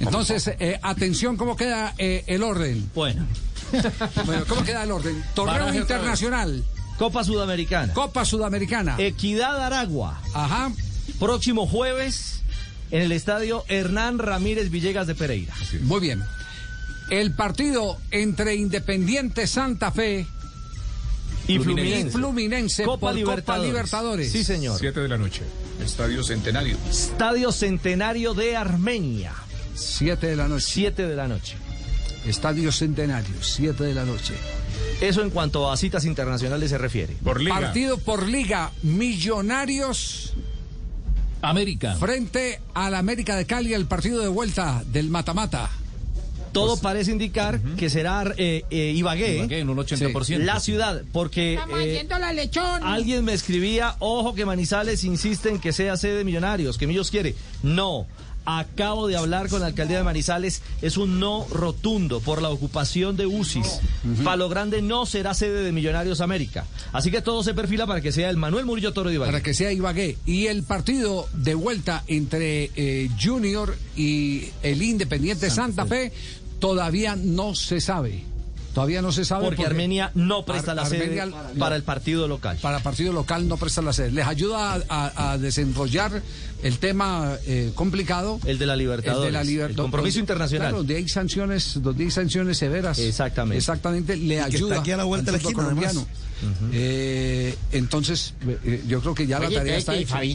Entonces, eh, atención, ¿cómo queda eh, el orden? Bueno, Bueno, ¿cómo queda el orden? Torneo Baraje otra Internacional, Copa Sudamericana. Copa Sudamericana. Eh. Equidad Aragua. Ajá. Próximo jueves en el estadio Hernán Ramírez Villegas de Pereira. Muy bien. El partido entre Independiente Santa Fe Y y Fluminense. Fluminense Copa por Copa Libertadores. Libertadores. Sí, señor. 7 de la noche. Estadio Centenario. Estadio Centenario de Armenia. Siete de la noche. 7 de la noche. Estadio Centenario, siete de la noche. Eso en cuanto a citas internacionales se refiere. Por Liga. Partido por Liga Millonarios América. frente al América de Cali, el partido de vuelta del Matamata. Todo parece indicar que será eh, eh, Ibagué, Ibagué en un 80%. la ciudad, porque Estamos eh, haciendo la lechón. Alguien me escribía, ojo que Manizales insiste en que sea sede de Millonarios, que Millos quiere. No, acabo de hablar con la alcaldía de Manizales, es un no rotundo por la ocupación de UCIS. Palo Grande no será sede de Millonarios América. Así que todo se perfila para que sea el Manuel Murillo Toro de para Ibagué. que sea Ibagué. Y el partido de vuelta entre eh, Junior y el Independiente Santa, Fe. todavía no se sabe. Todavía no se sabe Porque Armenia no presta Ar- la sede Armenia- para el partido local. para partido local no presta la sede. Les ayuda a, a- a desenrollar el tema eh, complicado. El de la Libertadores. El de la liber- el compromiso donde- internacional. Claro, donde hay sanciones, donde hay sanciones severas. Exactamente. Exactamente, le está ayuda. aquí a la vuelta al de la fútbol esquina, colombiano. Eh, entonces, eh, yo creo que ya la Oye, tarea entonces, está que hecha. Fabi-